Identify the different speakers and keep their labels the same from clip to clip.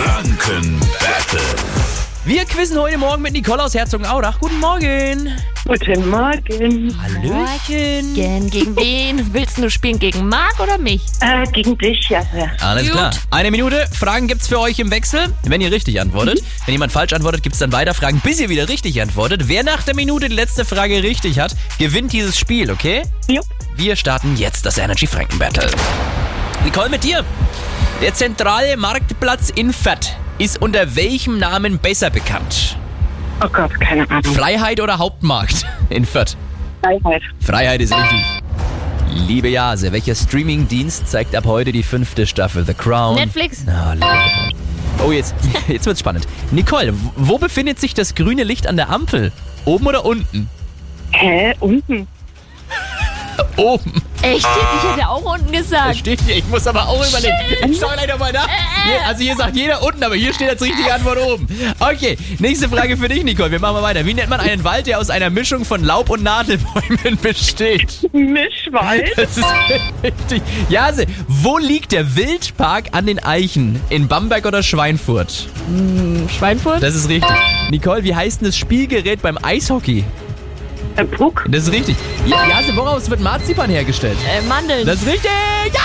Speaker 1: Franken Battle.
Speaker 2: Wir quizzen heute Morgen mit Nicole aus Herzogenaurach. Guten Morgen.
Speaker 3: Guten Morgen.
Speaker 2: Hallöchen.
Speaker 4: Gern, gegen wen? Willst du spielen? Gegen Marc oder mich?
Speaker 3: Äh, gegen dich, Jaffe.
Speaker 2: Alles
Speaker 4: Gut.
Speaker 2: klar. Eine Minute. Fragen gibt's für euch im Wechsel, wenn ihr richtig antwortet. Wenn jemand falsch antwortet, gibt's dann weiter Fragen, bis ihr wieder richtig antwortet. Wer nach der Minute die letzte Frage richtig hat, gewinnt dieses Spiel, okay?
Speaker 3: Jupp.
Speaker 2: Wir starten jetzt das Energy Franken Battle. Nicole mit dir. Der zentrale Marktplatz in Fett ist unter welchem Namen besser bekannt?
Speaker 3: Oh Gott, keine Ahnung.
Speaker 2: Freiheit oder Hauptmarkt in Fett?
Speaker 3: Freiheit.
Speaker 2: Freiheit ist richtig. Liebe Jase, welcher Streamingdienst zeigt ab heute die fünfte Staffel The Crown?
Speaker 4: Netflix?
Speaker 2: Oh, liebe Gott. oh jetzt, jetzt wird's spannend. Nicole, w- wo befindet sich das grüne Licht an der Ampel? Oben oder unten?
Speaker 3: Hä? Unten?
Speaker 2: Oben.
Speaker 4: Echt? jetzt? Ich hätte auch unten
Speaker 2: Das
Speaker 4: gesagt.
Speaker 2: steht hier. Ah. Ich muss aber auch überlegen. Ich schau leider mal nach. Hier- Also hier sagt jeder unten, aber hier steht als richtige Antwort oben. Okay, nächste Frage für dich, Nicole. Wir machen mal weiter. Wie nennt man einen Wald, der aus einer Mischung von Laub- und Nadelbäumen besteht?
Speaker 3: Mischwald?
Speaker 2: Das ist richtig. Jase, wo liegt der Wildpark an den Eichen? In Bamberg oder Schweinfurt?
Speaker 4: Schweinfurt?
Speaker 2: Das ist richtig. Nicole, wie heißt denn das Spielgerät beim Eishockey?
Speaker 3: Äh, Puck?
Speaker 2: Das ist richtig. Ja, Jase, woraus wird Marzipan hergestellt?
Speaker 4: Äh, Mandeln.
Speaker 2: Das ist richtig. Ja!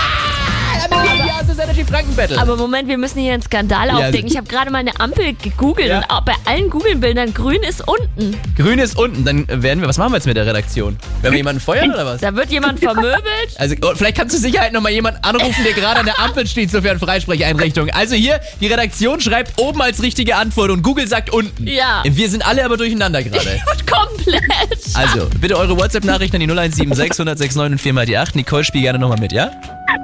Speaker 2: Damit geht Jase das Energy Franken Battle.
Speaker 4: aber Moment, wir müssen hier einen Skandal
Speaker 2: Ja.
Speaker 4: aufdecken. Ich habe gerade mal eine Ampel gegoogelt
Speaker 2: Ja.
Speaker 4: und auch bei allen Googeln-Bildern grün ist unten.
Speaker 2: Grün ist unten, dann werden wir. Was machen wir jetzt mit der Redaktion? Werden wir jemanden feuern oder was?
Speaker 4: Da wird jemand vermöbelt.
Speaker 2: Also, oh, vielleicht kannst du Sicherheit nochmal jemanden anrufen, der gerade an der Ampel steht, sofern Freisprecheinrichtung. Also hier, die Redaktion schreibt oben als richtige Antwort und Google sagt unten.
Speaker 4: Ja.
Speaker 2: Wir sind alle aber durcheinander gerade.
Speaker 4: Und komplett.
Speaker 2: Also, bitte eure WhatsApp-Nachrichten an die 0176 169 und 4 mal die 8. Nicole, spiel gerne nochmal mit, ja?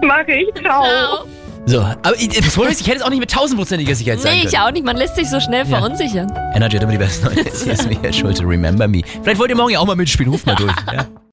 Speaker 3: Mach ich.
Speaker 2: Also,
Speaker 3: Ciao.
Speaker 4: Au.
Speaker 2: So, aber ich, das Problem ist, ich hätte es auch nicht mit tausendprozentiger Sicherheit sagen
Speaker 4: Nee, ich
Speaker 2: können.
Speaker 4: auch nicht. Man lässt sich so schnell
Speaker 2: Ja.
Speaker 4: verunsichern.
Speaker 2: Energy hat immer die besten Neuen. Hier ist Michael Schulte, Remember Me. Vielleicht wollt ihr morgen ja auch mal mitspielen, ruft mal durch. Ja.